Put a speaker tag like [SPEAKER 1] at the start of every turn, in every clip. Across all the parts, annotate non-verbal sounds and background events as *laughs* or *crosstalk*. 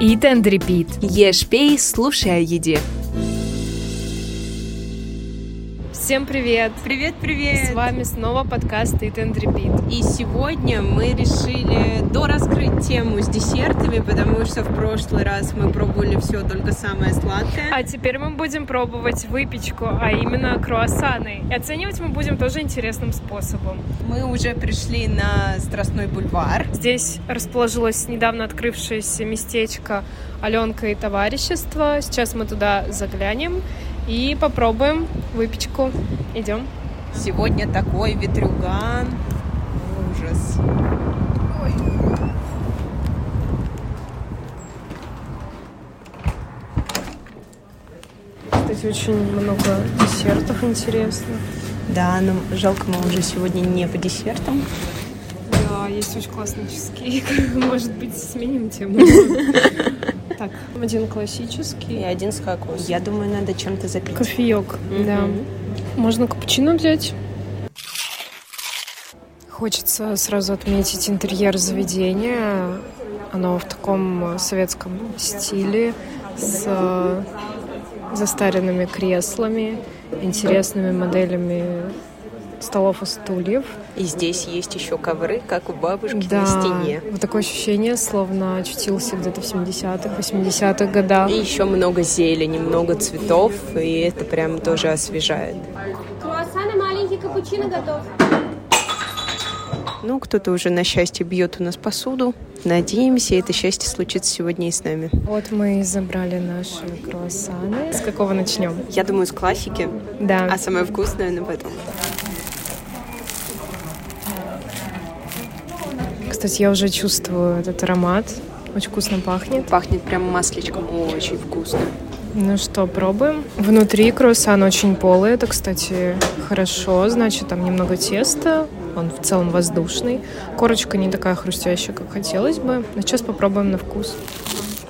[SPEAKER 1] Eat and Repeat.
[SPEAKER 2] Ешь, пей, слушай о еде.
[SPEAKER 1] Всем привет!
[SPEAKER 3] Привет-привет!
[SPEAKER 1] С вами снова подкаст Eat and Repeat.
[SPEAKER 3] И сегодня мы решили дораскрыть тему с десертами, потому что в прошлый раз мы пробовали все только самое сладкое.
[SPEAKER 1] А теперь мы будем пробовать выпечку, а именно круассаны. И оценивать мы будем тоже интересным способом.
[SPEAKER 3] Мы уже пришли на Страстной бульвар.
[SPEAKER 1] Здесь расположилось недавно открывшееся местечко Аленка и товарищество. Сейчас мы туда заглянем и попробуем выпечку. Идем.
[SPEAKER 3] Сегодня такой ветрюган. Ужас.
[SPEAKER 1] Кстати, очень много десертов интересных.
[SPEAKER 3] Да, нам жалко, мы уже сегодня не по десертам.
[SPEAKER 1] Да, есть очень классный чизкейк. *laughs* Может быть, сменим тему. Так, один классический.
[SPEAKER 3] один с кокосом. Я думаю, надо чем-то запить.
[SPEAKER 1] Кофеек, да.
[SPEAKER 3] Мгм.
[SPEAKER 1] Можно капучино взять. Хочется сразу отметить интерьер заведения. Оно в таком э, советском стиле с э, застаренными креслами, интересными моделями столов и стульев.
[SPEAKER 3] И здесь есть еще ковры, как у бабушки
[SPEAKER 1] да,
[SPEAKER 3] на стене.
[SPEAKER 1] вот такое ощущение, словно очутился где-то в 70-х, 80-х годах.
[SPEAKER 3] И еще много зелени, много цветов, и это прям тоже освежает.
[SPEAKER 4] Круассаны, маленький капучино готов.
[SPEAKER 3] Ну, кто-то уже на счастье бьет у нас посуду. Надеемся, это счастье случится сегодня и с нами.
[SPEAKER 1] Вот мы и забрали наши круассаны. С какого начнем?
[SPEAKER 3] Я думаю, с классики,
[SPEAKER 1] Да.
[SPEAKER 3] а самое вкусное на потом.
[SPEAKER 1] Кстати, я уже чувствую этот аромат. Очень вкусно пахнет.
[SPEAKER 3] Пахнет прям маслечком, очень вкусно.
[SPEAKER 1] Ну что, пробуем. Внутри круассан очень полый. Это, кстати, хорошо. Значит, там немного теста. Он в целом воздушный. Корочка не такая хрустящая, как хотелось бы. Но сейчас попробуем на вкус.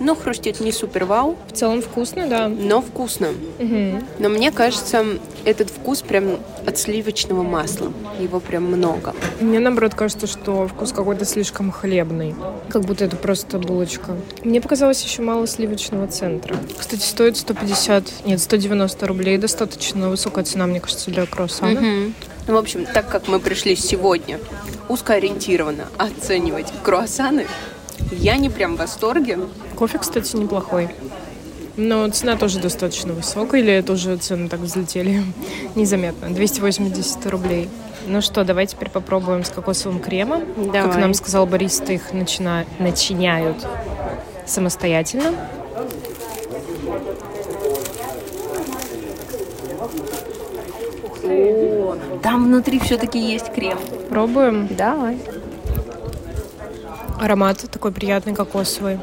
[SPEAKER 3] Ну, хрустит не супер вау,
[SPEAKER 1] В целом вкусно, да.
[SPEAKER 3] но вкусно.
[SPEAKER 1] Мгм.
[SPEAKER 3] Но мне кажется, этот вкус прям от сливочного масла. Его прям много.
[SPEAKER 1] Мне, наоборот, кажется, что вкус какой-то слишком хлебный. Как будто это просто булочка. Мне показалось еще мало сливочного центра. Кстати, стоит 150, нет, 190 рублей. Достаточно высокая цена, мне кажется, для круассана.
[SPEAKER 3] Мгм. Ну, в общем, так как мы пришли сегодня узкоориентированно оценивать круассаны, я не прям в восторге.
[SPEAKER 1] Кофе, кстати, неплохой. Но цена тоже достаточно высокая, или это уже цены так взлетели? *laughs* Незаметно. 280 рублей. Ну что, давай теперь попробуем с кокосовым кремом. Как
[SPEAKER 3] Давай.
[SPEAKER 1] нам сказал Борис, их начина- начиняют самостоятельно.
[SPEAKER 3] Там внутри все-таки есть крем.
[SPEAKER 1] Пробуем.
[SPEAKER 3] Давай.
[SPEAKER 1] Аромат такой приятный, кокосовый.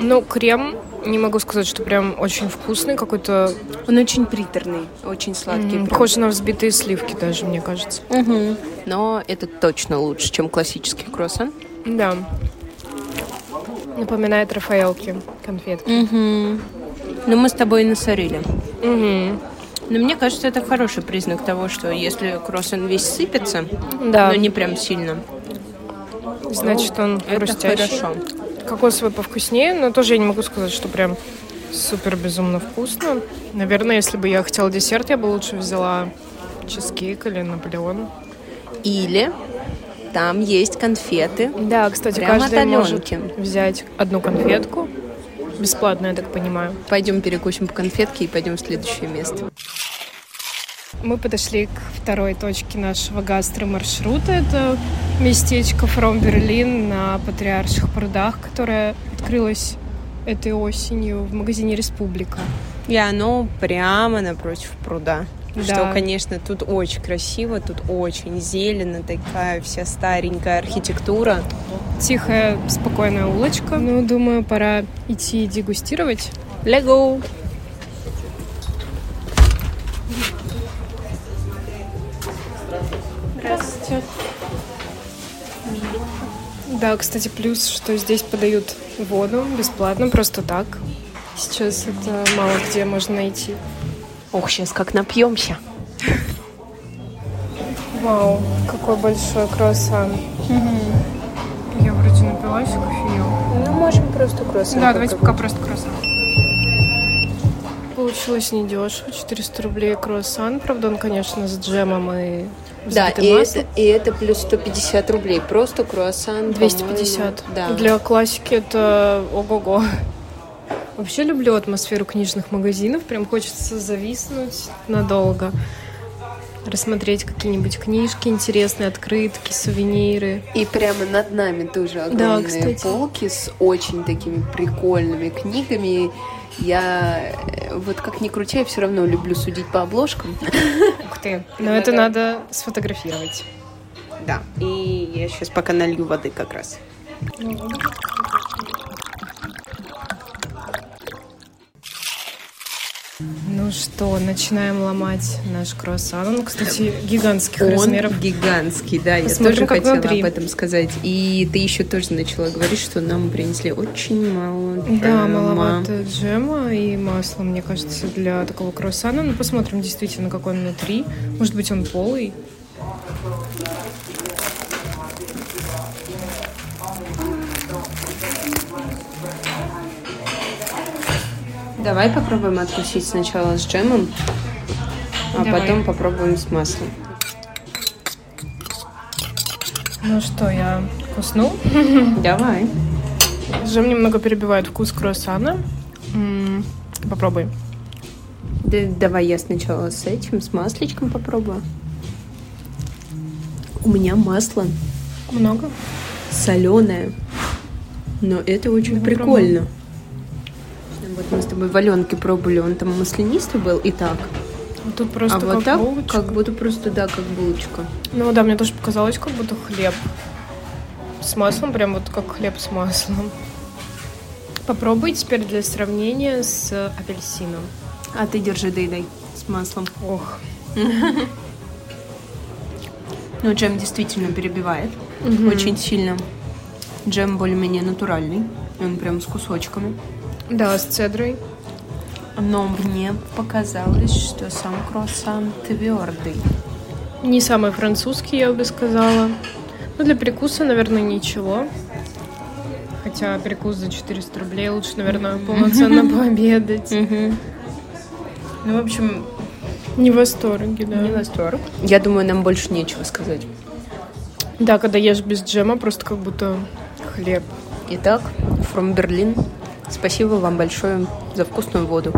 [SPEAKER 1] Ну, крем, не могу сказать, что прям очень вкусный, какой-то...
[SPEAKER 3] Он очень приторный, очень
[SPEAKER 1] м,
[SPEAKER 3] сладкий. прям.
[SPEAKER 1] похож на взбитые сливки даже, мне кажется.
[SPEAKER 3] Мгм. Но это точно лучше, чем классический круассан.
[SPEAKER 1] Да. Напоминает Рафаэлки конфетки.
[SPEAKER 3] Ну, мы с тобой насорили.
[SPEAKER 1] Мгм.
[SPEAKER 3] Но мне кажется, это хороший признак того, что если круассан весь сыпется,
[SPEAKER 1] Да,
[SPEAKER 3] но Ну, не прям сильно,
[SPEAKER 1] значит, он
[SPEAKER 3] это
[SPEAKER 1] хрустящий.
[SPEAKER 3] хорошо.
[SPEAKER 1] Кокосовый повкуснее, но тоже я не могу сказать, что прям супер безумно вкусно. Наверное, если бы я хотела десерт, я бы лучше взяла чизкейк или Наполеон.
[SPEAKER 3] Или там есть конфеты.
[SPEAKER 1] Да, кстати,
[SPEAKER 3] Прямо
[SPEAKER 1] каждый
[SPEAKER 3] от
[SPEAKER 1] может
[SPEAKER 3] Аленки.
[SPEAKER 1] взять одну конфетку. Бесплатно, я так понимаю.
[SPEAKER 3] Пойдем перекусим по конфетке и пойдем в следующее место.
[SPEAKER 1] Мы подошли к второй точке нашего гастромаршрута. Это местечко Фром Берлин на Патриарших прудах, которое открылось этой осенью в магазине «Республика».
[SPEAKER 3] И оно прямо напротив пруда.
[SPEAKER 1] Да.
[SPEAKER 3] Что, конечно, тут очень красиво, тут очень зелено, такая вся старенькая архитектура.
[SPEAKER 1] Тихая, спокойная улочка. Ну, думаю, пора идти дегустировать.
[SPEAKER 3] Лего!
[SPEAKER 1] Да, кстати, плюс, что здесь подают воду бесплатно, просто так. Сейчас это мало где можно найти.
[SPEAKER 3] Ох, сейчас как напьемся.
[SPEAKER 1] Вау, какой большой круассан. Я вроде напилась кофеем.
[SPEAKER 3] Ну,
[SPEAKER 5] можем просто круассан
[SPEAKER 1] Да, давайте пока
[SPEAKER 5] попробовать?
[SPEAKER 1] просто круассан. Получилось недешево, 400 рублей круассан. Правда, он, конечно, с джемом и
[SPEAKER 5] Да,
[SPEAKER 1] взбитым
[SPEAKER 5] и
[SPEAKER 1] маслом.
[SPEAKER 5] это, и это плюс 150 рублей. Просто круассан,
[SPEAKER 1] 250.
[SPEAKER 5] по-моему, Да.
[SPEAKER 1] Для классики это ого-го. Вообще люблю атмосферу книжных магазинов. Прям хочется зависнуть надолго. Рассмотреть какие-нибудь книжки интересные, открытки, сувениры.
[SPEAKER 5] И прямо над нами тоже
[SPEAKER 1] Да,
[SPEAKER 5] огромные
[SPEAKER 1] кстати.
[SPEAKER 5] полки с очень такими прикольными книгами. Я э, вот как ни крути, я все равно люблю судить по обложкам.
[SPEAKER 1] Ух ты. ну Но это надо сфотографировать.
[SPEAKER 3] Да. И я сейчас пока налью воды как раз.
[SPEAKER 1] Ну что, начинаем ломать наш круассан. Он, кстати, гигантских размеров.
[SPEAKER 3] Он гигантский, да,
[SPEAKER 1] Посмотрим,
[SPEAKER 3] я тоже
[SPEAKER 1] как
[SPEAKER 3] хотела
[SPEAKER 1] внутри.
[SPEAKER 3] об этом сказать. И ты еще тоже начала говорить, что нам принесли очень мало
[SPEAKER 1] Да,
[SPEAKER 3] джема.
[SPEAKER 1] маловато джема и масла, мне кажется, для такого круассана. Ну, посмотрим действительно, какой он внутри. Может быть, он полый.
[SPEAKER 3] Давай попробуем откусить сначала с джемом, а
[SPEAKER 1] Давай.
[SPEAKER 3] потом попробуем с маслом.
[SPEAKER 1] Ну что, я вкуснул.
[SPEAKER 3] Давай.
[SPEAKER 1] Джем немного перебивает вкус круассана. М, Попробуй.
[SPEAKER 3] Да, давай я сначала с этим, с масличком попробую. У меня масло
[SPEAKER 1] Много?
[SPEAKER 3] соленое, но это очень
[SPEAKER 1] Да,
[SPEAKER 3] прикольно. Вот мы с тобой валенки пробовали, он там маслянистый был и так.
[SPEAKER 1] Тут просто
[SPEAKER 3] а вот
[SPEAKER 1] как
[SPEAKER 3] так,
[SPEAKER 1] булочка.
[SPEAKER 3] как будто просто, да, как булочка.
[SPEAKER 1] Ну да, мне тоже показалось, как будто хлеб с маслом, прям вот как хлеб с маслом. Попробуй теперь для сравнения с апельсином.
[SPEAKER 3] А ты держи, дай, дай, с маслом.
[SPEAKER 1] Ох.
[SPEAKER 3] Ну, джем действительно перебивает.
[SPEAKER 1] Мгм.
[SPEAKER 3] Очень сильно. Джем более-менее натуральный. Он прям с кусочками.
[SPEAKER 1] Да, с цедрой.
[SPEAKER 3] Но мне показалось, что сам круассан твердый.
[SPEAKER 1] Не самый французский, я бы сказала. Ну, для перекуса, наверное, ничего. Хотя перекус за 400 рублей лучше, наверное, *laughs* полноценно пообедать.
[SPEAKER 3] Ну, в общем,
[SPEAKER 1] Не в восторге, да.
[SPEAKER 3] не восторг. Я думаю, нам больше нечего сказать.
[SPEAKER 1] Да, когда ешь без джема, просто как будто хлеб.
[SPEAKER 3] Итак, From Berlin. Спасибо вам большое за вкусную воду.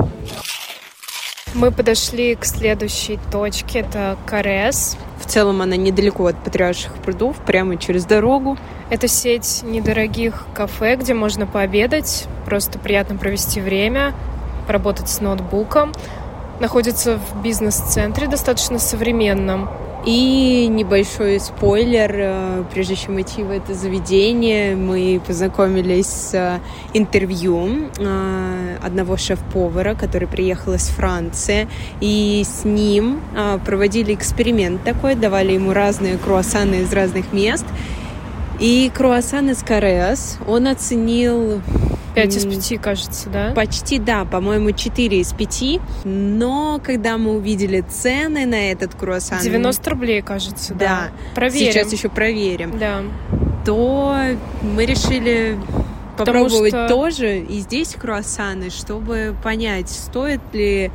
[SPEAKER 1] Мы подошли к следующей точке, это Карес.
[SPEAKER 3] В целом она недалеко от Патриарших прудов, прямо через дорогу.
[SPEAKER 1] Это сеть недорогих кафе, где можно пообедать, просто приятно провести время, поработать с ноутбуком. Находится в бизнес-центре достаточно современном.
[SPEAKER 3] И небольшой спойлер, э, прежде чем идти в это заведение, мы познакомились с э, интервью э, одного шеф-повара, который приехал из Франции, и с ним э, проводили эксперимент такой, давали ему разные круассаны из разных мест, и круассан из Кареас он оценил
[SPEAKER 1] 5 из
[SPEAKER 3] м,
[SPEAKER 1] 5, кажется, да?
[SPEAKER 3] Почти да, по-моему, 4 из 5. Но когда мы увидели цены на этот круассан...
[SPEAKER 1] 90 рублей, кажется, да.
[SPEAKER 3] Да.
[SPEAKER 1] Проверим.
[SPEAKER 3] Сейчас еще проверим.
[SPEAKER 1] Да.
[SPEAKER 3] То мы решили
[SPEAKER 1] Потому
[SPEAKER 3] попробовать
[SPEAKER 1] что-
[SPEAKER 3] тоже и здесь круассаны, чтобы понять, стоит ли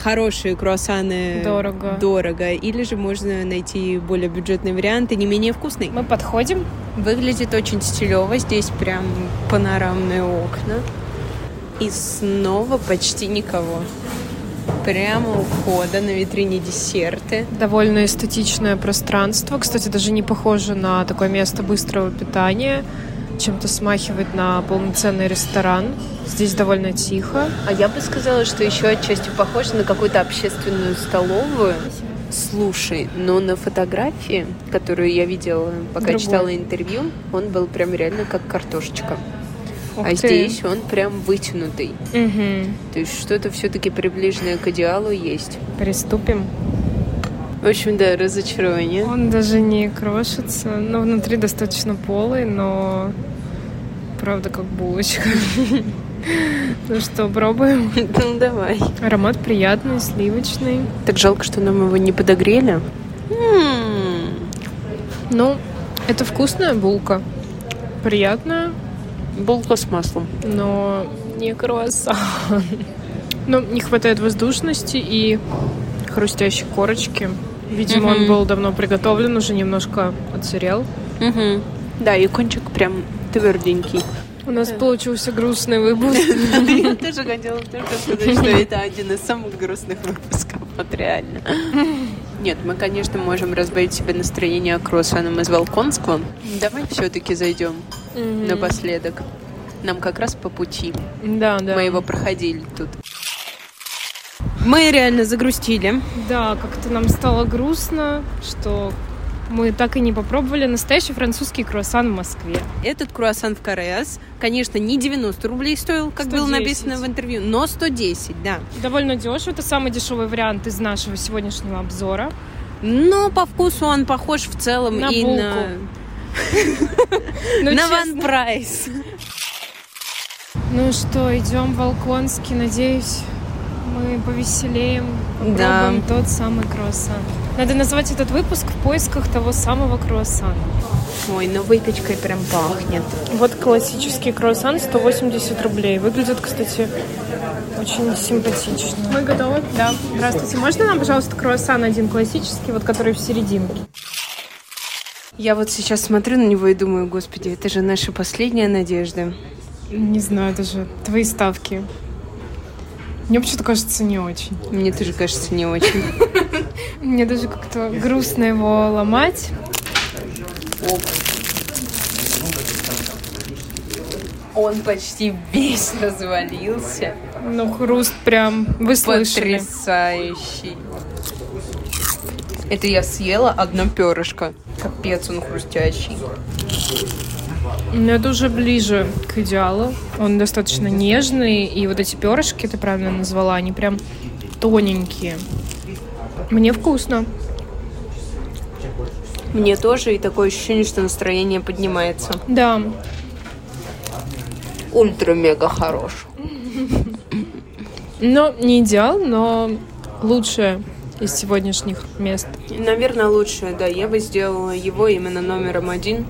[SPEAKER 3] хорошие круассаны
[SPEAKER 1] Дорого.
[SPEAKER 3] дорого, или же можно найти более бюджетный вариант и не менее вкусный.
[SPEAKER 1] Мы подходим.
[SPEAKER 3] Выглядит очень стилево, здесь прям панорамные окна. И снова почти никого. Прямо у входа на витрине десерты.
[SPEAKER 1] Довольно эстетичное пространство. Кстати, даже не похоже на такое место быстрого питания. Чем-то смахивает на полноценный ресторан. Здесь довольно тихо.
[SPEAKER 5] А я бы сказала, что еще отчасти похоже на какую-то общественную столовую. Слушай, но на фотографии, которую я видела, пока
[SPEAKER 1] Другой.
[SPEAKER 5] читала интервью, он
[SPEAKER 3] Ну,
[SPEAKER 5] был прям реально как картошечка.
[SPEAKER 1] Ух
[SPEAKER 5] а
[SPEAKER 1] ты.
[SPEAKER 5] здесь он прям вытянутый.
[SPEAKER 1] Мгм.
[SPEAKER 5] То есть что-то все-таки приближенное к идеалу есть.
[SPEAKER 1] Приступим.
[SPEAKER 5] В общем, да, разочарование.
[SPEAKER 1] Он даже не крошится. но внутри достаточно полый, но правда как булочка. *laughs* Ну что, пробуем.
[SPEAKER 5] *laughs* Ну давай.
[SPEAKER 1] Аромат приятный, сливочный.
[SPEAKER 5] Так жалко, что нам его не подогрели.
[SPEAKER 1] Ну, это вкусная булка. Приятная,
[SPEAKER 5] Булка с маслом.
[SPEAKER 1] но не круассан. Ну, не хватает воздушности и хрустящей корочки. Видимо, он
[SPEAKER 5] Мгм.
[SPEAKER 1] был давно приготовлен, уже немножко отсырел.
[SPEAKER 5] Угу. Да, и кончик прям тверденький.
[SPEAKER 1] У нас получился грустный выпуск.
[SPEAKER 5] *laughs* Я тоже хотела только сказать, что это один из самых грустных выпусков, вот реально. Нет, мы, конечно, можем разбавить себе настроение круассаном из Волконского. Давай все-таки зайдем напоследок. Нам как раз по пути.
[SPEAKER 1] Да, да.
[SPEAKER 5] Мы его проходили тут.
[SPEAKER 3] Мы реально загрустили.
[SPEAKER 1] Да, как-то нам стало грустно, что мы так и не попробовали настоящий французский круассан в Москве.
[SPEAKER 3] Этот круассан в КРС, конечно, не 90 рублей стоил, как было
[SPEAKER 1] 110.
[SPEAKER 3] написано в интервью, но 110, да.
[SPEAKER 1] Довольно дешево, это самый дешевый вариант из нашего сегодняшнего обзора.
[SPEAKER 3] Но по вкусу он похож в целом
[SPEAKER 1] На
[SPEAKER 3] и
[SPEAKER 1] булку.
[SPEAKER 3] на,
[SPEAKER 1] Ну,
[SPEAKER 3] на
[SPEAKER 1] честно.
[SPEAKER 3] Ван Прайс.
[SPEAKER 1] Ну что, идем в Волконский, надеюсь, мы повеселеем,
[SPEAKER 3] Да.
[SPEAKER 1] попробуем тот самый круассан. Надо назвать этот выпуск в поисках того самого круассана.
[SPEAKER 3] *laughs* Ой, ну выпечкой прям пахнет.
[SPEAKER 1] Вот классический круассан 180 рублей. Выглядит, кстати, очень симпатично. Мы готовы? Да. Здравствуйте. Можно нам, пожалуйста, круассан один классический, вот который в серединке?
[SPEAKER 3] Я вот сейчас смотрю на него и думаю, господи, это же наша последняя надежда.
[SPEAKER 1] Не знаю, это же твои ставки. Мне почему-то кажется не очень.
[SPEAKER 3] Мне тоже кажется не очень.
[SPEAKER 1] Мне даже как-то грустно его ломать.
[SPEAKER 5] Он почти
[SPEAKER 3] *laughs*
[SPEAKER 5] весь развалился.
[SPEAKER 1] Ну, хруст прям вы слышали.
[SPEAKER 5] Потрясающий. Это я съела одно перышко. Капец, он хрустящий.
[SPEAKER 1] Но это уже ближе к идеалу. Он достаточно нежный, и вот эти перышки, ты правильно назвала, они прям тоненькие. Мне вкусно.
[SPEAKER 5] Мне тоже, и такое ощущение, что настроение поднимается.
[SPEAKER 1] Да,
[SPEAKER 5] Ультра-мега хорош.
[SPEAKER 1] но не идеал, но лучшее из сегодняшних мест.
[SPEAKER 5] Наверное, лучшее, да. Я бы сделала его именно номером один.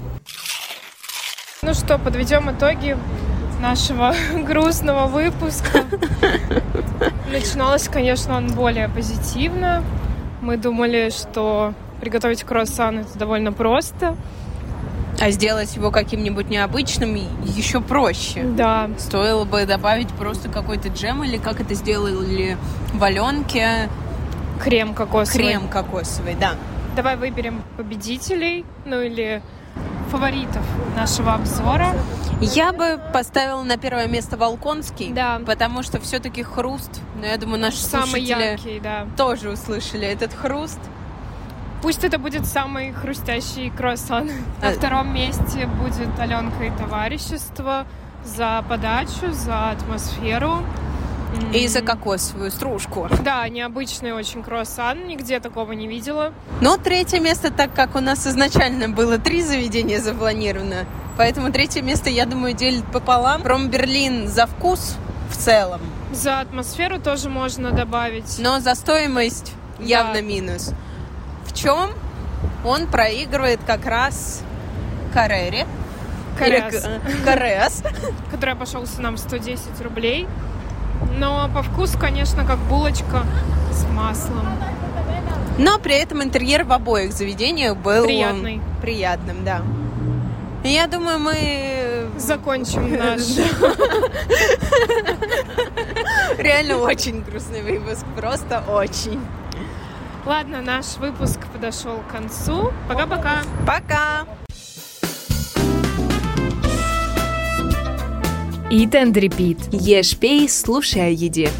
[SPEAKER 1] Ну что, подведем итоги нашего *laughs* грустного выпуска. Начиналось, конечно, он более позитивно. Мы думали, что приготовить круассан это довольно просто.
[SPEAKER 3] А сделать его каким-нибудь необычным еще проще.
[SPEAKER 1] Да,
[SPEAKER 3] Стоило бы добавить просто какой-то джем или как это сделали в Аленке,
[SPEAKER 1] крем кокосовый.
[SPEAKER 3] крем кокосовый, да.
[SPEAKER 1] Давай выберем победителей, ну или фаворитов нашего обзора.
[SPEAKER 3] Я бы поставила на первое место Волконский,
[SPEAKER 1] Да.
[SPEAKER 3] потому что все-таки хруст, но я думаю, наши
[SPEAKER 1] Самый
[SPEAKER 3] слушатели
[SPEAKER 1] яркий, да.
[SPEAKER 3] тоже услышали этот хруст.
[SPEAKER 1] Пусть это будет самый хрустящий круассан.
[SPEAKER 3] А-
[SPEAKER 1] На втором месте будет Аленка и товарищество за подачу, за атмосферу. М,
[SPEAKER 3] И за кокосовую стружку.
[SPEAKER 1] Да, необычный очень круассан, нигде такого не видела.
[SPEAKER 3] Но третье место, так как у нас изначально было три заведения запланировано, поэтому третье место, я думаю, делит пополам. Промберлин за вкус в целом,
[SPEAKER 1] За атмосферу тоже можно добавить.
[SPEAKER 3] но за стоимость явно
[SPEAKER 1] Да.
[SPEAKER 3] минус. В чем он проигрывает как раз Карере.
[SPEAKER 1] Коряс,
[SPEAKER 3] Карес.
[SPEAKER 1] который обошелся нам в 110 рублей. Но по вкусу, конечно, как булочка с маслом.
[SPEAKER 3] Но при этом интерьер в обоих заведениях был э,
[SPEAKER 1] Приятный.
[SPEAKER 3] приятным, да. И Я думаю, мы
[SPEAKER 1] Закончим наш
[SPEAKER 3] реально очень грустный выпуск, просто очень.
[SPEAKER 1] Ладно, наш выпуск подошел к концу. Пока-пока.
[SPEAKER 3] Пока!
[SPEAKER 2] Eat and repeat. Ешь, пей, слушай о еде.